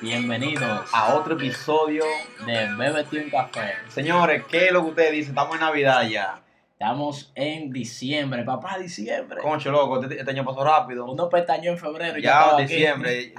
Bienvenidos a otro episodio de Bébete un Café. Señores, ¿qué es lo que ustedes dicen? Estamos en Navidad ya. Estamos en diciembre, papá, diciembre. Concho, loco, este, este año pasó rápido. Uno pestañó en febrero y Ya estaba aquí. diciembre,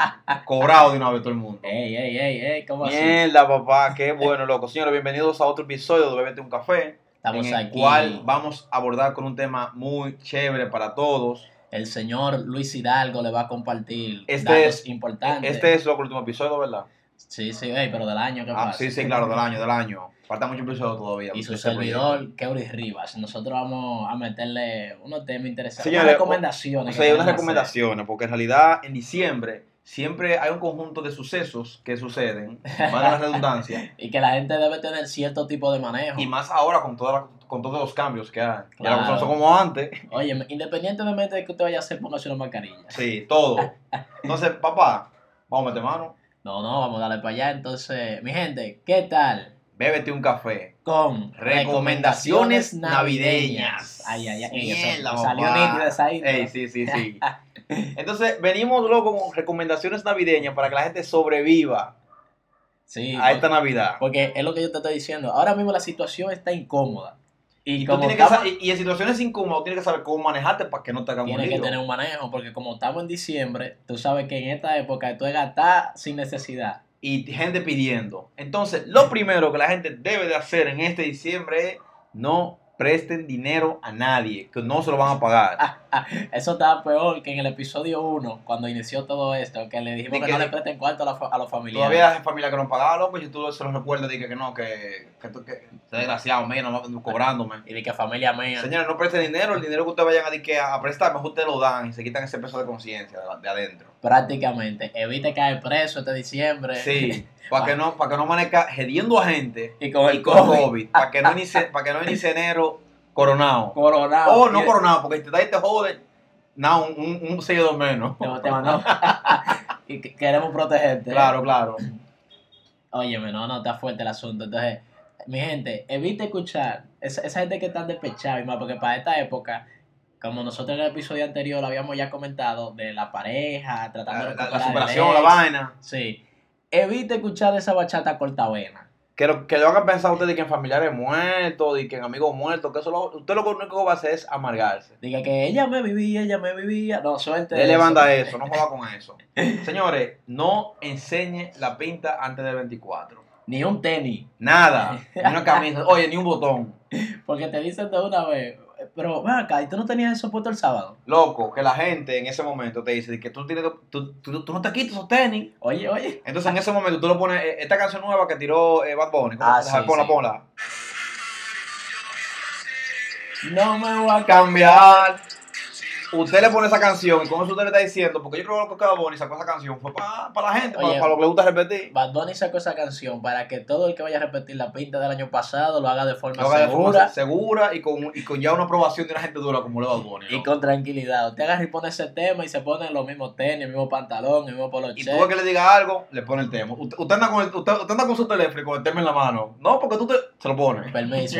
cobrado de una vez todo el mundo. Ey, ey, ey, ey, ¿cómo así? Mierda, papá, qué bueno, loco. Señores, bienvenidos a otro episodio de Bebete un Café. Estamos en el aquí. cual vamos a abordar con un tema muy chévere para todos. El señor Luis Hidalgo le va a compartir Este datos es- importantes. Este es el último episodio, ¿verdad? Sí, sí, ey, pero del año que Ah, pasa. sí, sí, claro, del año, del año. Falta mucho episodio todavía. Y su de este proyecto. servidor, Keuris Rivas. Nosotros vamos a meterle unos temas interesantes. unas Señores, recomendaciones. O que sea, hay unas queremos hacer. recomendaciones, porque en realidad en diciembre siempre hay un conjunto de sucesos que suceden, para la redundancia, Y que la gente debe tener cierto tipo de manejo. Y más ahora con, toda la- con todos los cambios que hay. Ya Claro. las cosas no son como antes. Oye, independientemente de que usted vaya a hacer, póngase una mascarilla. Sí, todo. Entonces, papá, vamos a meter mano. No, no, vamos a darle para allá. Entonces, mi gente, ¿qué tal Bébete un café. con Recomendaciones navideñas. Ay, ay, ay. Ey, eso- Mierda, salió papá. nítida esa intro. Ey, sí, sí, sí. Entonces, venimos luego con recomendaciones navideñas para que la gente sobreviva Sí, a por- esta Navidad. porque es lo que yo te estoy diciendo. Ahora mismo la situación está incómoda. Y Y, tú como tienes que estamos- sa- y- y en situaciones incómodas, tienes que saber cómo manejarte para que no te hagan un tienes que lío. tener un manejo, porque como estamos en diciembre, tú sabes que en esta época tú es gastar sin necesidad. Y gente pidiendo. Entonces, lo primero que la gente debe de hacer en este diciembre es no presten dinero a nadie, que no se lo van a pagar. Eso estaba peor que en el episodio 1, cuando inició todo esto, que le dijimos De que, que no le de- presten cuarto a, la fa- a los familiares. Todavía hay familia que no pagaba, loco, y tú se los recuerdas dije que no, que, que, tú- que está desgraciado, mira, no me cobrándome. Y de que familia mía. Señores, no presten dinero, el dinero que ustedes vayan a, di que a a prestar, mejor ustedes lo dan y se quitan ese peso de conciencia de, la- de adentro. prácticamente. Evite caer preso este diciembre. Sí, para que no, para que no maneja hediendo a gente Y con y el con COVID. COVID, para que no inicie, para que no inicie enero coronado. Coronado. O Oh, no Y- coronado, porque te da este y te jode, no, un, un, un sello de menos. Te- te mandó. y que- queremos protegerte. Claro, claro. Óyeme, no, no, está fuerte el asunto. Entonces, mi gente, evite escuchar. Esa, esa gente que está despechada y más, porque para esta época, como nosotros en el episodio anterior lo habíamos ya comentado, de la pareja, tratando La, de la- la recuperar el superación, ex. la vaina. Sí. Evite escuchar esa bachata cortavena. Que lo, que lo hagan pensar a usted de que en familiares muertos, de que en amigos muertos, que eso lo- usted lo único que va a hacer es amargarse. Diga que ella me vivía, ella me vivía. No, suerte. Dele Este eso. banda eso, no joda con eso. Señores, no enseñe la pinta antes del 24. Ni un tenis. Nada, ni una camisa, oye, ni un botón. Porque te dicen de una vez, pero ven acá, ¿y tú no tenías eso puesto el sábado? Loco, que la gente en ese momento te dice de que tú, tienes, que- tú, tú- tú no te quites esos tenis. Oye, oye. Entonces en ese momento tú lo pones, eh, esta canción nueva que tiró eh, Bad Bunny, Ah, Ajá, sí, ponla, sí. ponla. No me voy a... ca- cambiar. Usted le pone esa canción y con eso usted le está diciendo, porque yo creo que Bad Bunny sacó esa canción fue para la gente, para Oye. lo que le gusta repetir. Bad Bunny sacó esa canción para que todo el que vaya a repetir la pinta del año pasado lo haga de forma Lo haga de forma segura segura y con, y con ya una aprobación de una gente dura como lo de Bad Bunny. y ¿no? con tranquilidad. Usted agarra y pone ese tema y se pone los mismos tenis, el mismo pantalón, el mismo polo Y check. tú ves que le diga algo, le pone el tema. Usted, usted anda, con el- usted, usted anda con su teléfono y con el tema en la mano. No, porque tú te, se lo pones. Permiso.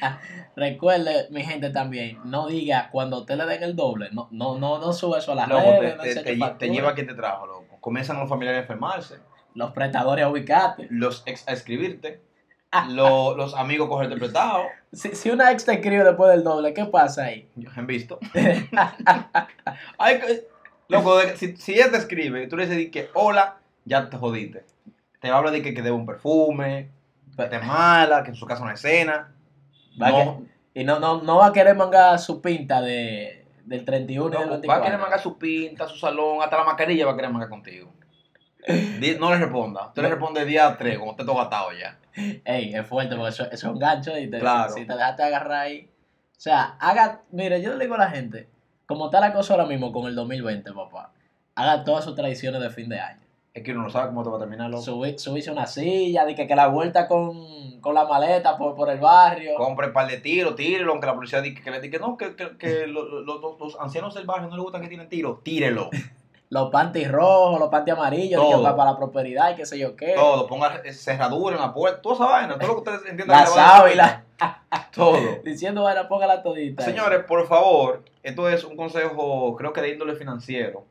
Recuerde, mi gente, también, no diga cuando usted le den el doble, no, no, no, no sube eso a las Loco, te, redes, no te- enseñe te- te factura. lleva a quien te trajo, loco. Comienzan los familiares a enfermarse, los prestadores a ubicarte. los ex a escribirte, lo- los amigos a cogerte prestado. Si, si una ex te escribe después del doble, ¿qué pasa ahí? Yo he visto. Ay, que- loco, de- si, si ella te escribe y tú le dices di que hola, ya te jodiste. Te habla de que, que debe un perfume, que Pues te mala, que en su casa una escena. Va No, Y no, no, no va a querer mangar su pinta de, del 31 y del loco, 24. va a querer mangar su pinta, su salón, hasta la mascarilla va a querer mangar contigo. Di- No le responda. Tú le respondes día 3, como esté todo gastado ya. Ey, es fuerte porque eso, eso es un gancho y te, Claro. si te dejaste agarrar ahí. O sea, haga, mire, yo le digo a la gente, como está la cosa ahora mismo con el 2020, papá, haga todas sus tradiciones de fin de año. Es que uno no sabe cómo te va a terminar, loco. Subi- subirse a una silla, de que, que la vuelta con, con la maleta por, por el barrio. Compre un par de tiros, tírelo, aunque la policía diga que le diga que no, que, que- que lo- lo- lo- los, ancianos del barrio no les gusta que tiren tiros, tírelo. Los panties rojos, los panties amarillos, de que Todo. para, para la prosperidad y qué sé yo qué. Todo, ponga cerradura en la puerta, toda esa vaina, todo lo que ustedes entiendan. La que le va a dar sábila. vaina. Todo. Diciendo, bueno, póngala todita. ahí. Señores, por favor, esto es un consejo, creo que de índole financiero.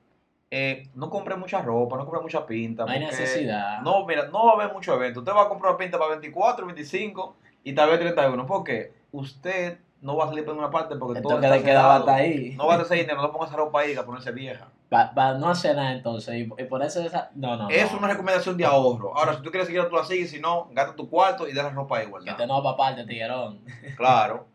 eh, no compre mucha ropa, no compre mucha pinta. No hay porque- necesidad. No, mira, no va a haber mucho evento. Usted va a comprar pinta para 24, 25 y tal vez 31. ¿Por qué? Usted no va a salir por una parte porque el todo toque está de queda va a cerrado. estar ahí. No va a hacer dinero, no ponga esa ropa ahí para ponerse vieja. Para no hacer nada entonces. Y, y por eso esa. No, no. Es no. una recomendación de ahorro. Ahora, si tú quieres seguirla, tú la sigues. Si no, gasta tu cuarto y da la ropa ahí Que guardada. usted no va a papar de tiguerón. Claro.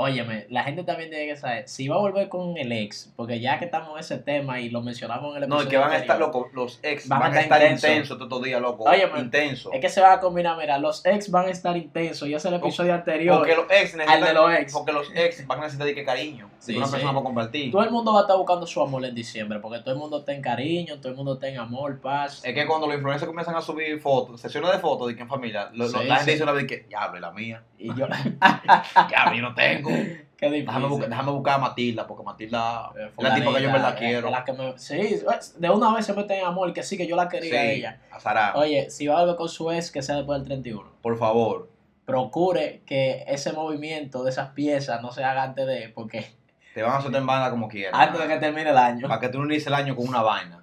Óyeme, la gente también tiene que saber si va a volver con el ex, porque ya que estamos en ese tema y lo mencionamos en el No, episodio. es que van a estar anterior, locos. Los ex Van van, a a estar estar intenso. intensos todos los días, loco. Oye, man, intenso. Es que se va a combinar, mira, los ex van a estar intensos, y ese es el episodio anterior. Porque los ex al de necesitan. los ex. Porque los ex van a necesitar de que cariño. Sí, de una sí. persona para compartir. Todo el mundo va a estar buscando su amor en diciembre, porque todo el mundo está en cariño, todo el mundo está en amor, paz. Es que cuando los influencers comienzan a subir fotos, sesiones de fotos de que en familia, lo- lo- Sí, la gente sí. dice una vez que, ya hablé la mía, Y yo, ya hablé, yo no tengo. qué difícil. Déjame, buscar, déjame buscar a Matilda, porque Matilda Eh, es la tipa que yo en verdad fulanita, quiero. eh, la que me- sí, de una vez se meten en amor, que sí, que yo la quería a Sí. ella. a Sara, Oye, si va a volver con su ex, que sea después del 31. por favor, procure que ese movimiento de esas piezas no se haga antes de, porque te van a soltar en banda como quieras. antes de que termine el año. Para que tú no inicies el año con una vaina,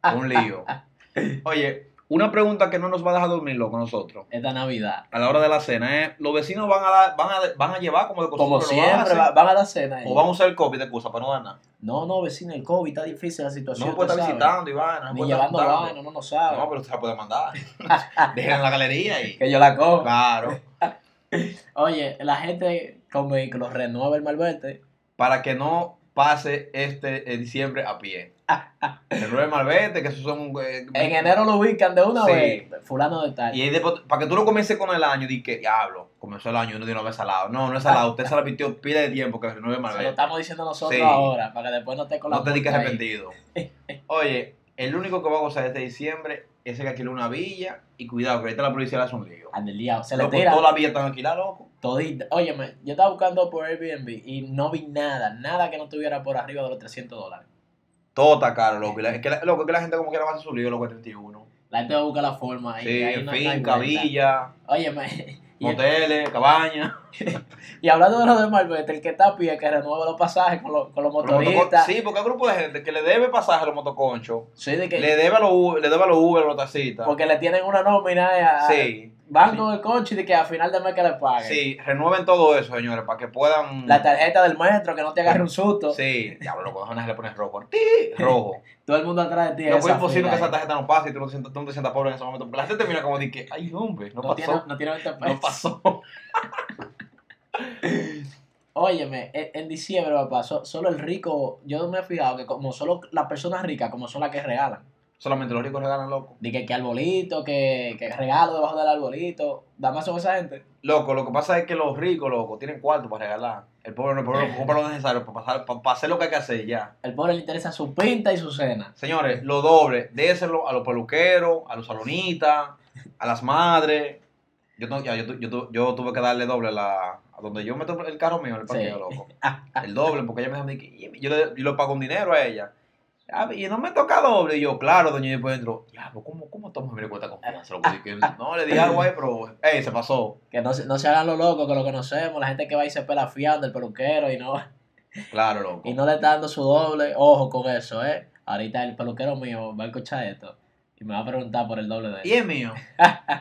con un lío. Oye, una pregunta que no nos va a dejar dormir loco nosotros Esta Navidad. a la hora de la cena es, ¿los vecinos van a, dar- van a, van a llevar como de costumbre? Como lo siempre, hacen? va- van a la cena. ahí. ¿O van a usar el copy de excusa para no dar nada? No, no, vecino, el COVID está difícil la situación. No puede tú estar sabes. visitando, Iván. No Ni puede estar llevando visitando. vaina, no, no sabe. No, pues, pero usted la puede mandar. Déjenla en la galería y. Que yo la cojo. Claro. Oye, la gente con vehículos renueva el malvete. Para que no pase este eh, diciembre a pie. El nueve malvete, que esos son. eh, En enero lo ubican de una Sí. vez. Fulano de tal. Y ahí después, para que tú lo comiences con el año, di que diablo, comenzó el año y uno de una vez salado. No, no es salado, usted se la pidió pila de tiempo que renueve Se lo malvete. estamos diciendo nosotros Sí. ahora, para que después no esté con la No te digas multa ahí. arrepentido. Oye, el único que va a gozar este diciembre es el que alquiló una villa y cuidado, que ahorita la policía le hace un lío. Ande liado, Se le Loco, tira. toda la villa está alquilada, loco. Todita. Óyeme, yo estaba buscando por Airbnb y no vi nada, nada que no estuviera por arriba de los 300 dólares. Todo está caro, loco. Y la- es que la, loco, es que la gente como quiera va a hacer su lío, loco, es 31. La gente va a buscar la forma. y Sí, ahí no- no hay finca, vuelta. villa, Óyeme, y, moteles, cabaña. y hablando de lo de Malvete, el que está a pie, que renueva los pasajes con, los- con los motoristas. Sí, porque hay un grupo de gente que le debe pasaje a los motoconchos, Sí, de que- le debe a los Uber, le debe a los Uber, a los taxistas. porque ah, le tienen una nómina. a- Sí, Van Sí. con el coche y de que a final de mes que le paguen. sí, renueven todo eso, señores, para que puedan... La tarjeta del maestro, que no te agarre un susto. Sí, diablo, loco, déjame que le pones rojo. ¡Ti! Rojo. Todo el mundo atrás de ti. Loco, esa es imposible fila que ahí. esa tarjeta no pase y tú no te sientas, tú no te sientas pobre en ese momento. Porque la gente termina como de que, ay, hombre, no, no, pasó. tiene, no tiene 20 pesos. No pasó. Óyeme, en, en diciembre, papá, so- solo el rico, yo me he fijado que como solo las personas ricas, como son las que regalan, Solamente los ricos regalan, loco. de que, que arbolito, que, que regalo debajo del arbolito, da más son esa gente. Loco, lo que pasa es que los ricos, loco, tienen cuarto para regalar. El pobre no, el pobre compra lo necesario para, pasar, para, para hacer lo que hay que hacer y ya. El pobre le interesa su pinta y su cena. Señores, lo doble, déselo a los peluqueros, a los salonitas, a las madres. Yo, tu- ya, yo, tu- yo tu- yo tuve que darle doble a, la, a donde yo meto el carro mío, en el parqueo, Sí. loco. El doble, porque ella me dijo, de que, "Yemi", yo le, yo le pago un dinero a ella. "Ah, Y no me toca doble. Y yo, claro, doña, y después entro, diablo, ¿cómo, cómo estamos en cuenta confianza? loco?" Y que, no, le di algo ahí, pero, ey, se pasó. Que no, se- no se hagan lo loco, que lo conocemos, la gente que va y se pela fiando el peluquero y no, Claro, loco. y no le está dando su doble, ojo con eso, ¿eh? Ahorita el peluquero mío va a escuchar esto y me va a preguntar por el doble de él. Y es mío.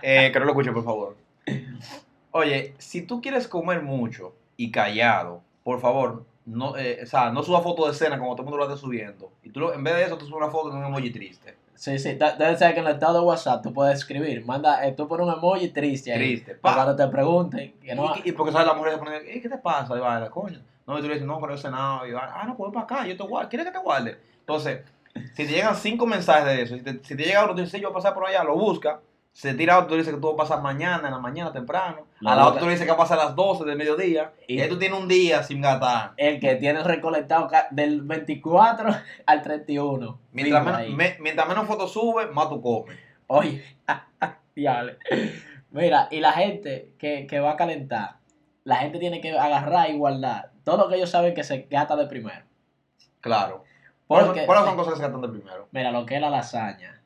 Eh, que no lo escuche, por favor. Oye, si tú quieres comer mucho y callado, por favor, no, eh, o sea, no subas fotos de escena como todo el mundo lo está subiendo. Y tú, lo- en vez de eso, tú subes una foto de un emoji triste. Sí, sí, da- debe ser que en el estado de WhatsApp tú puedes escribir, manda, eh, tú pones un emoji triste ahí. Triste. Para pa. cuando te pregunten, que no. y, y porque, ¿sabes? La mujer se pone, "Ey, ¿qué te pasa, Ivana? Coño. No, y tú le dices, no, pero yo he cenado, Ivana. Ah, no, pues ven para acá, yo te guardo. ¿Quieres que te guarde? Entonces, si te llegan cinco mensajes de eso, si te, si te llega uno, tú dices, "Sí, yo voy a pasar por allá, lo busca. Se tira otro, tú le dices que tú vas a pasar mañana, en la mañana temprano. La a la boca. otra tú le dices que va a pasar a las 12 del mediodía. Y- Y ahí tú tienes un día sin gastar. El que tiene recolectado ca- del 24 al 31. Mientras, Fijo menos, ahí. me- mientras menos fotos sube, más tú comes. Oye, diable. Mira, y la gente que, que va a calentar, la gente tiene que agarrar y guardar todo lo que ellos saben que se gasta de primero. Claro. Porque, ¿Cuáles son cosas que se gastan de primero? mira, lo que es la lasaña,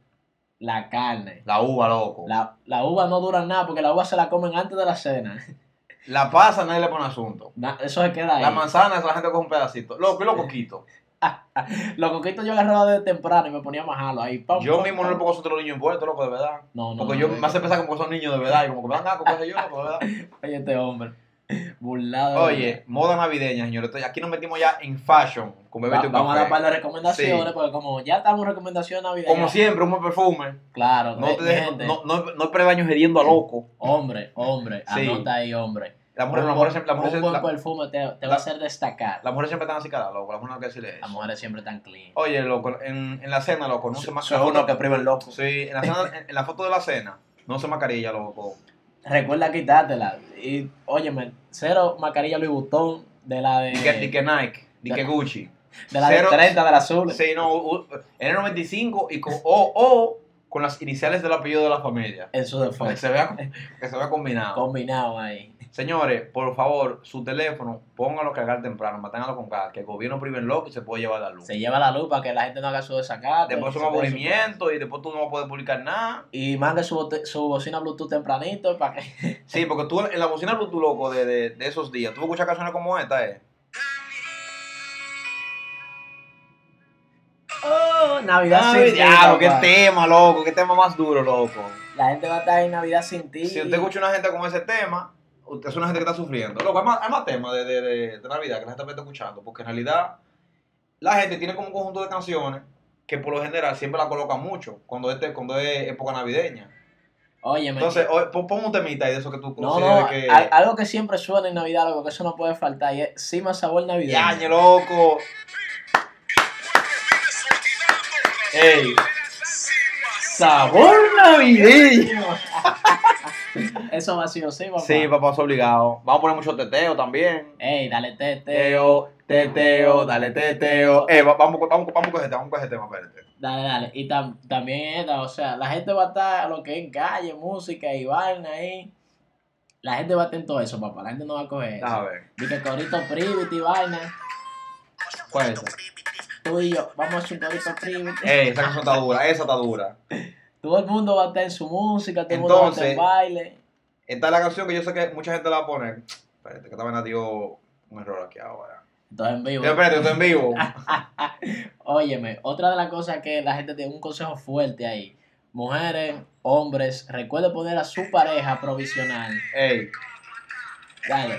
la carne, La uva, loco. La, la, la uva no dura nada porque la uva se la comen antes de la cena. pasa, nadie le pone asunto. Na- Eso se queda ahí. La manzana, esa la gente coge un pedacito. Loco, y lo Sí. poquito. Los coquitos yo agarraba de temprano y me ponía a majarlo ahí. pam, Yo pam, mismo no pam. le pongo a otros niños envueltos, loco, de verdad. No, no. Porque no, yo no, me hace pensar como que son niños de verdad. Y como que me dan algo, cosas yo, loco, de verdad. Oye, este hombre. Burlado. Oye, moda navideña, señores. Entonces, aquí nos metimos ya en fashion. Con Va- bebete y vamos a dar café. un par de recomendaciones, Sí. porque como ya estamos en recomendaciones navideñas. Como siempre, un buen perfume. Claro, No eh, te mi dejes, gente, no, no, no prebaños heriendo a loco. Hombre, hombre, Sí. anota ahí, hombre. Las mujeres, Un las buen- mujeres siempre- las mujeres un siempre- buen la- perfume te, te va la- a hacer destacar. las mujeres siempre están así cada loco. Las mujeres no hay que decirle eso. Las mujeres siempre tan clean. Oye, loco, en, en la cena, loco, Oh, no se Son mascarilla. unos que privan locos. Sí, en la, cena- en- en la foto de la cena, no se mascarilla, loco. Recuerda quitártela. Y, óyeme, cero mascarilla Louis Vuitton de la de, Di que, di que Nike, di que Gucci. de, la cero- de 30 de la azul. Sí, no, u- en el 95 y con, o, o con las iniciales del apellido de la familia. En su Para que defensa. se vea, que se vea combinado. Combinado ahí. Señores, por favor, su teléfono, póngalo a cargar temprano, maténgalo con gas, que el gobierno prive el loco y se puede llevar la luz. Se lleva la luz para que la gente no haga su desacate. Después es un Se- aburrimiento y después tú no vas a poder publicar nada. Y mande su, bote- su bocina Bluetooth tempranito para que. Sí, porque tú en la bocina Bluetooth, loco, de, de, de esos días, tú escuchas canciones como esta, eh. ¡Oh! Navidad, Ay, sin ti. Ah, diablo, qué papá. tema, loco, qué tema más duro, loco. La gente va a estar en Navidad sin ti. Si usted escucha una gente con ese tema, usted es una gente que está sufriendo. Loco, hay más, hay más temas de, de, de, de Navidad que la gente está escuchando, porque en realidad la gente tiene como un conjunto de canciones que por lo general siempre la coloca mucho cuando, este, cuando es época navideña. Óyeme. Entonces, hoy, pon pon un temita ahí de eso que tú no, consideres no, que... al- algo que siempre suena en Navidad, algo que eso no puede faltar, y es Sima Sabor Navidad. ¡Yañe, loco! ¡Ey! ¡Sabor navideño! Eso va sí o sí, papá. Sí, papá, es obligado. Vamos a poner mucho teteo también. Ey, dale Eh, tete, Teteo, teteo, dale teteo. Eh, va- vamos, vamos, vamos, con ese tema, vamos con ese tema, espérate. dale, dale. Y tam- también esta, o sea, la gente va a estar a lo que es en calle, música y vaina ahí. La gente va a estar en todo eso, papá. La gente no va a coger eso. A ver, Dice que corito privity y vaina. ¿cuál es esa? Tú y yo, vamos a hacer un corito privity. Ey, Eh, esa canción está dura, esa está dura. Todo el mundo va a estar en su música, todo el mundo va a estar Entonces- en baile. Esta es la canción que yo sé que mucha gente la va a poner. Espérate, que esta vaina dio un error aquí ahora. Entonces en vivo. Pero espérate, estoy en vivo. Óyeme, otra de las cosas que la gente tiene un consejo fuerte ahí. Mujeres, hombres, recuerde poner a su pareja provisional. Ey. Dale.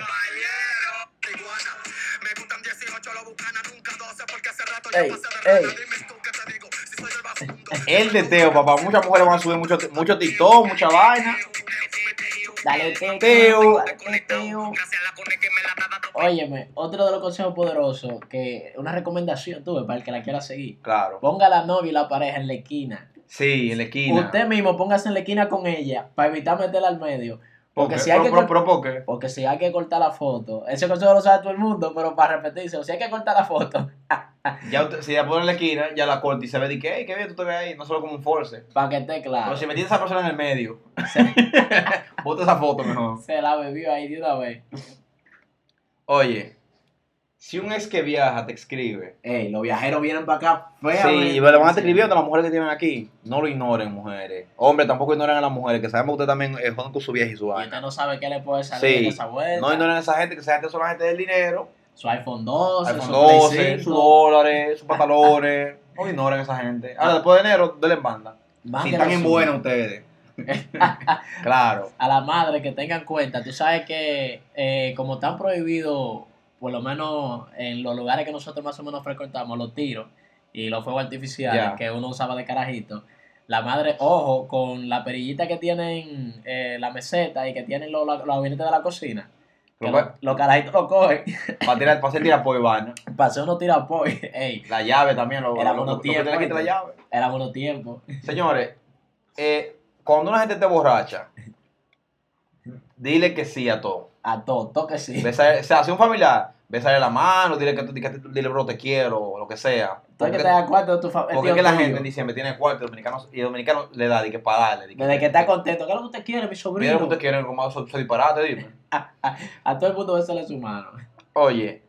Ey, ey. El de Teo, papá. Muchas mujeres van a subir mucho, mucho TikTok, mucha vaina. Dale, teo. Teo. dale, teo. Óyeme, otro de los consejos poderosos, que una recomendación tuve para el que la quiera seguir. Claro. Ponga a la novia y la pareja en la esquina. Sí, en la esquina. Usted mismo póngase en la esquina con ella para evitar meterla al medio. porque porque si hay que- Pero, pero, ¿por qué? Porque si hay que cortar la foto, ese consejo lo sabe todo el mundo, pero para repetirse, si hay que cortar la foto, Ya usted- si la pone en la esquina, ya la corta y se ve de que, hey, qué bien tú te ves ahí. No solo como un force. para que esté claro. Pero si metí a esa persona en el medio, bota esa foto mejor. Se la bebió ahí de una vez. Oye, si un ex que viaja te escribe. Ey, los viajeros vienen para acá Sí, pero le van a estar escribiendo a las mujeres que tienen aquí. No lo ignoren, mujeres. Hombre, tampoco ignoren a las mujeres, que sabemos que ustedes también eh, joden con su viaje y su Y vaina. usted no sabe qué le puede salir Sí. de esa vuelta. No ignoren a esa gente, que esa gente son la gente del dinero. Su iPhone 12, iPhone su 12, Play sus 5. dólares, sus pantalones. No ignoren a esa gente. Ahora, después de enero, denle en banda. Más si que están lo en suyo. buena ustedes. claro. A la madre que tengan cuenta, tú sabes que eh, como están prohibidos, por lo menos en los lugares que nosotros más o menos frecuentamos, los tiros y los fuegos artificiales Ya. que uno usaba de carajito, la madre, ojo, con la perillita que tienen eh, la meseta y que tienen los, los gabinetes de la cocina, que Pero los, los carajitos lo cogen Para tirar, para hacer tirar por vaina. Pasé unos tirapoy, ey, La llave también. Lo, Era lo- lo- lo que monotiempo, tiene que quitar la llave. era buenos tiempos. Señores, eh, cuando una gente esté borracha, dile que sí a todo. A todo, toque sí. Besa, o sea, si un familiar, besarle la mano, dile que, que- dile, bro, te quiero, o lo que sea. Tú es que te das cuenta de tu fa- el Porque tío es que la tuyo. gente en diciembre tiene cuarto y dominicanos, y dominicanos le da, di que para darle. di que- Desde que está contento, ¿qué es lo que usted quiere, Mira lo mi que sobrino? ustedes quieren, como eso, eso disparate, dime. A todo el mundo besarle su mano. Oye,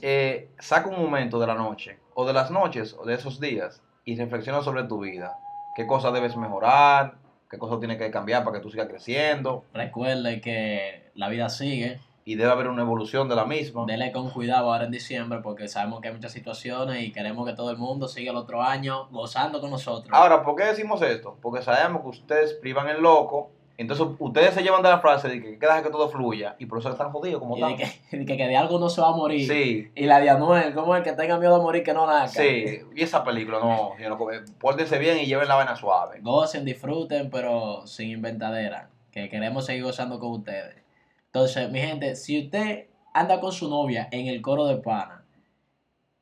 eh, saca un momento de la noche, o de las noches, o de esos días, y reflexiona sobre tu vida. ¿Qué cosas debes mejorar? ¿Qué cosas tienes que cambiar para que tú sigas creciendo? Recuerde que la vida sigue. y debe haber una evolución de la misma. Dele con cuidado ahora en diciembre porque sabemos que hay muchas situaciones y queremos que todo el mundo siga el otro año gozando con nosotros. Ahora, ¿por qué decimos esto? Porque sabemos que ustedes privan el loco, entonces ustedes se llevan de la frase de que, que deja que todo fluya y por eso están jodidos como y de tal. que, de que- que de algo no se va a morir. Sí, Y la de Anuel, como el que tenga miedo a morir que no nazca. sí, y esa película, no, señor loco, eh, pórtense bien y lleven la vaina suave. Gocen, disfruten, pero sin inventadera. Que queremos seguir gozando con ustedes. Entonces, mi gente, si usted anda con su novia en el coro de pana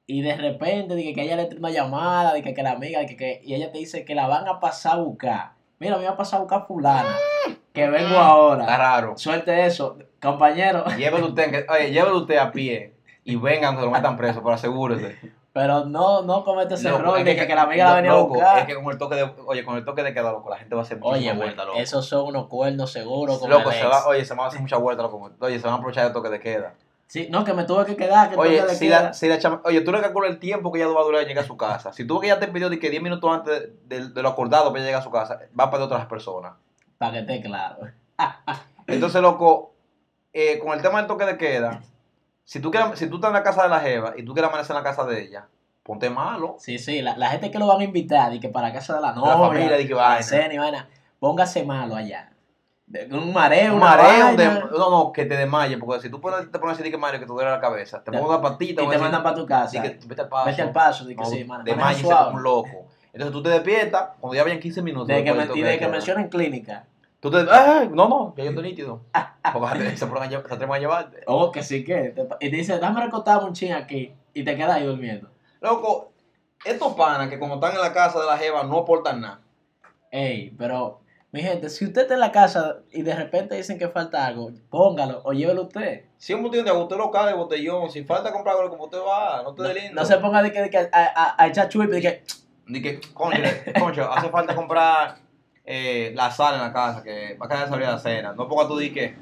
y de repente dice que ella le entra una llamada, de que, que la amiga, de que, que- y ella te dice que la van a pasar a buscar. Mira, me va a pasar a buscar fulana. Que vengo Está ahora. raro. Suelte eso, compañero. Llévelo usted, en que- oye, llévelo usted a pie y vengan que lo metan preso, pero asegúrese. Pero no, no comete ese Loco, error es de que, que la amiga la venía a loco, buscar. Es que con el toque de, oye, con el toque de queda, loco, la gente va a hacer mucha Oye, vuelta, loco. esos son unos cuernos seguros. Como Loco, se va, oye, se van a hacer mucha vuelta, loco. Oye, se van a aprovechar del toque de queda. Sí, no, que me tuve que quedar. Que Oye, tuve que si quedar. la, si la chama- oye, tú le calculas el tiempo que ella va a durar en llegar a su casa. Si tú que ella te pidió de que 10 minutos antes de, de- de lo acordado para llegar a su casa, va a perder otras personas. Para que esté claro. Entonces, loco, eh, con el tema del toque de queda, si tú, quieres, si tú estás en la casa de la Jeva y tú quieres amanecer en la casa de ella, ponte malo. Sí, sí, la, la gente que lo van a invitar y que para casa de la novia, la familia, dije, vaina. la cena y vaina, póngase malo allá. De- Un mareo, Un una mareo, vaina, de- no, no, que te desmaye, porque si tú pones- te pones a decir que Mario, que te duele la cabeza, te Te- pongo una patita, y te mandan para tu casa. vete al paso, Vete al paso, de que no, sí, mano, de maneja mayo suave. como un loco. Entonces tú te despiertas, cuando ya habían 15 minutos. De que, después me, del y toque de de que queda. mencionen clínica. Tú te ¡ay! "Ah, No, no, ya yo estoy nítido. Porque se, ponen a llevar- se atreven a llevarte. Oh, que sí que. te pa- y te dice, dame recortarme un chin aquí. Y te quedas ahí durmiendo. Loco, estos panas que como están en la casa de la Jeva no aportan nada. Ey, pero, mi gente, si usted está en la casa y de repente dicen que falta algo, póngalo o llévelo usted. Si un botellón de agua, usted lo cae de botellón. Si falta comprar algo, como usted va, no te No, dé lindo. no se ponga de que, de que a, a- a echar chuipi, de que Ni que, concho, concho, hace falta comprar eh, la sal en la casa, que va a quedar salir a la cena. No ponga tú di que,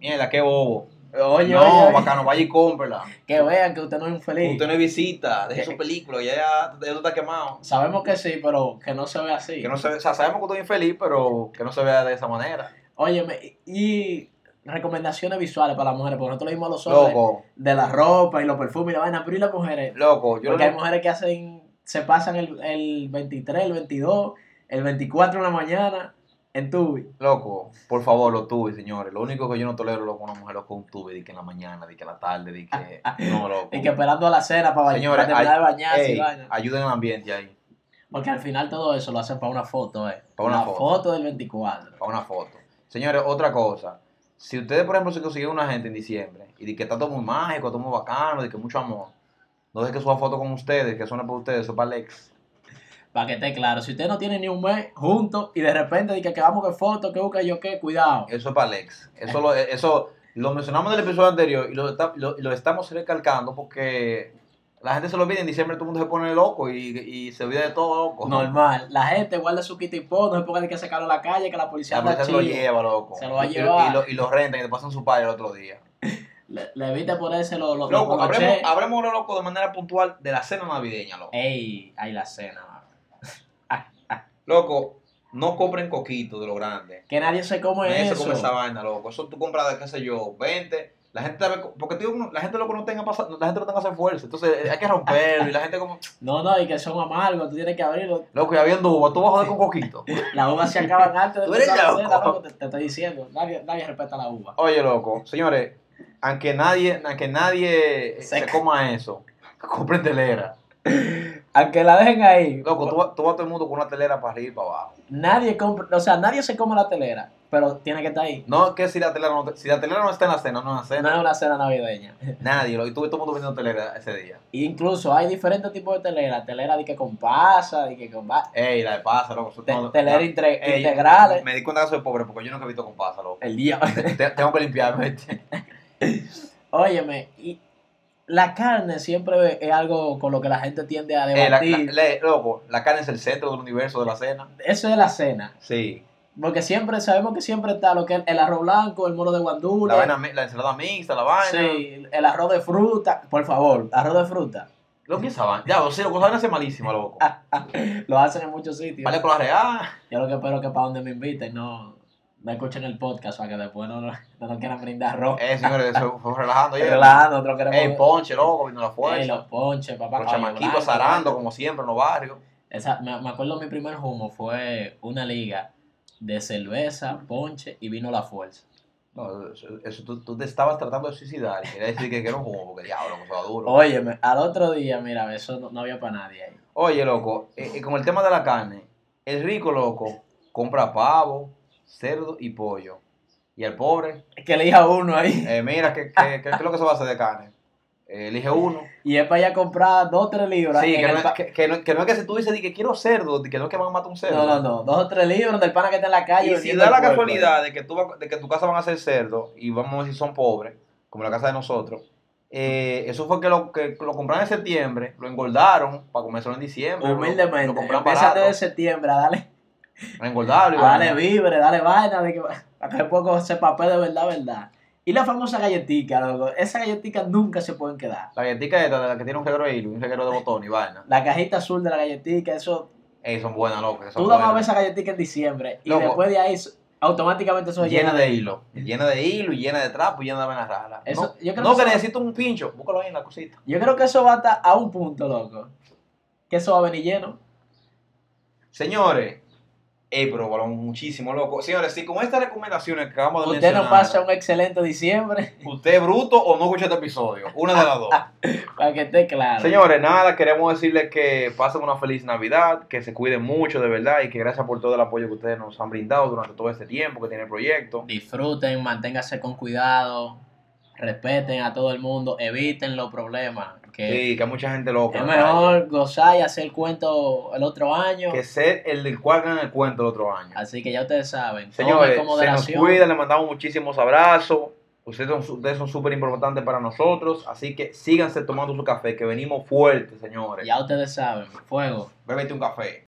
mierda, qué bobo. Oye, no, oye, oye, bacano, vaya y cómprela. que vean que usted no es infeliz. Usted no es visita, deje su película, ya, ya, ya tú estás quemado. Sabemos que sí, pero que no se ve así. Que no se, o sea, sabemos que usted es infeliz, pero que no se vea de esa manera. Óyeme, y recomendaciones visuales para las mujeres, porque nosotros le dimos a los hombres Loco, de la ropa y los perfumes y la vaina, pero y las mujeres, loco, yo porque hay lo, mujeres que hacen, se pasan el, el 23, el 22, el 24 en la mañana en tubi. loco, por favor, los tubes, señores. Lo único que yo no tolero loco una mujer loco un tube, di que en la mañana, di que en la tarde, di que no, loco. Y que esperando a la cena para, ba- Señores, para terminar de bañarse Ey, y vaina. ayuden al ambiente ahí, Porque al final todo eso lo hacen para una foto, ¿eh? Para una La foto. del 24. para una foto. Señores, otra cosa. Si ustedes, por ejemplo, se consiguen una gente en diciembre y di que está todo muy mágico, todo muy bacano, di que mucho amor, no dejen que suba foto con ustedes, que suena para ustedes, eso es para Alex. Para que esté claro, si usted no tiene ni un mes juntos y de repente dice que vamos que foto, que busca yo qué, cuidado. Eso es para Alex. Eh. Eso lo, eh, eso lo mencionamos en el episodio anterior y lo, está- lo- lo estamos recalcando porque la gente se lo olvida. En diciembre todo el mundo se pone loco y, y se olvida de todo loco. Normal. La gente guarda su kit y pon, no se ponga de que sacarlo a la calle, que la policía La anda policía se lo chill. lleva, loco. Se lo va a Y- y- llevar. Y, lo, y lo rentan y te pasan su padre el otro día. Le, le evita ponerse los los Loco, los hablemos, broches. hablemos ahora, loco, de manera puntual de la cena navideña, loco. Ey, hay la cena, mano. Loco, no compren coquito de lo grande. Que nadie se come Nadie se eso. come esa vaina, loco. Eso tú compras de, qué sé yo, 20. La gente, sabe co- porque tío, uno- la gente loco no tenga pasa- la gente no tenga ese esfuerzo. Entonces eh, hay que romperlo y la gente como... No, no, y que son amargos, tú tienes que abrirlo. Loco, ya viendo uva, tú vas a joder con coquito. Las uvas se acaban antes de Tú eres empezar la cena, loco. loco, te, te estoy diciendo. Nadie, nadie respeta la uva. Oye, loco, señores, aunque nadie, aunque nadie eh, se, Seca. coma eso, compren telera. Aunque la dejen ahí, Loco, tú, vas- tú vas todo el mundo con una telera para arriba y para abajo. nadie compra, o sea, nadie se come la telera, pero tiene que estar ahí. No es que si la telera no, si la telera no está en la cena, no es una No cena. es una cena navideña. Nadie, loco, y tú ves todo el mundo vendiendo telera ese día. Incluso hay diferentes tipos de telera. Telera de que con pasa, de que con... va- Ey, la de pasa, loco. eso- te- no, telera no. intre- Ey, integrales. Me di cuenta que soy pobre porque yo nunca he visto con pasa, loco. El día. Te- Tengo que limpiarme. ¿viste? Óyeme, y la carne siempre es algo con lo que la gente tiende a Eh, la- debatir. la- la- loco, la carne es el centro del universo de la cena. Eso es la cena. Sí. Porque siempre sabemos que siempre está lo que es el arroz blanco, el moro de La, guandula. vaina mi- la ensalada mixta, la vaina. Sí, el arroz de fruta. Por favor, arroz de fruta. Lo que esa vaina. Ya, o sea, lo que esa vaina es malísima, loco. Lo hacen en muchos sitios. Vale con la real. Yo lo que espero es que para donde me inviten no, no escuchen el podcast para que después no, no, no nos quieran brindar ropa. Eh, señores, eso fue relajando. oye. Relajando, otro queremos. Ey, ponche, loco, viendo la Ey, fuerza. los ponches, papá. Los caballo chamaquitos blanco. zarando, como siempre, en los barrios. Esa- me, me acuerdo mi primer humo fue una liga de cerveza, ponche y vino la fuerza. No, eso, eso tú, tú te estabas tratando de suicidar. y Quería decir que era un juego, porque diablo, que eso Oh. duro. Óyeme, al otro día, mira, eso no, no había para nadie ahí. Oye, loco, eh, eh, con el tema de la carne, el rico, loco, compra pavo, cerdo y pollo. Y el pobre, Es que leía uno ahí. eh, mira, ¿qué, qué, qué, qué es lo que se va a hacer de carne? Eh, elige uno. Y es para allá comprar dos o tres libras. Sí, en que el no, es, pa- que, que no, que no es que si tú dices di que quiero cerdo, di que no es que van a matar un cerdo. no, no, no. Dos o tres libras del pana que está en la calle. Y si vendiendo da la el cuerpo. eh. casualidad de que, tú, va- de que tu casa van a ser cerdo y vamos a decir son pobres, como la casa de nosotros, eh, eso fue que lo, que lo compraron en septiembre, lo engordaron para comerlo en diciembre. lo- Lo, Humildemente. compraron Empieza Ah, barato, desde septiembre a darle, lo engordaron. y a darle vaina. vibre, dale vaina. De que, para que poco ese papel de verdad, verdad. Y la famosa galletica, loco. Esas galleticas nunca se pueden quedar. La galletica esta, de la que tiene un reguero de hilo, un reguero de botón y vaina. La cajita azul de la galletica, eso. Ey, son buenas, loco. esas Son tú dame a ver buenas. esa galletica en diciembre. Y Loco. después de ahí, automáticamente eso Llena llena. de hilo. Llena de hilo y llena de trapo y llena de vainas raras. Eso- no yo creo no que que, eso- necesito un pincho. Búscalo ahí en la cosita. Yo creo que eso va hasta a un punto, loco. Que eso va a venir lleno. Señores. Ey, pero volaron muchísimo, loco. Señores, si con estas recomendaciones que acabamos de Usted nos mencionar... pasa un excelente diciembre. ¿Usted es bruto o no escucha este episodio? Una de las dos. Para que esté claro. Señores, nada, queremos decirles que pasen una feliz Navidad, que se cuiden mucho de verdad y que gracias por todo el apoyo que ustedes nos han brindado durante todo este tiempo que tiene el proyecto. Disfruten, manténganse con cuidado. Respeten a todo el mundo. Eviten los problemas. Que Sí, que hay mucha gente loca. es en la calle. mejor gozar y hacer el cuento el otro año. Que ser el del cual ganan el cuento el otro año. Así que ya ustedes saben. tomen Señores, con se nos moderación. cuida, le mandamos muchísimos abrazos. Ustedes son ustedes son súper importantes para nosotros, así que síganse tomando su café, que venimos fuertes, señores. Ya ustedes saben. Fuego. Bébete un café.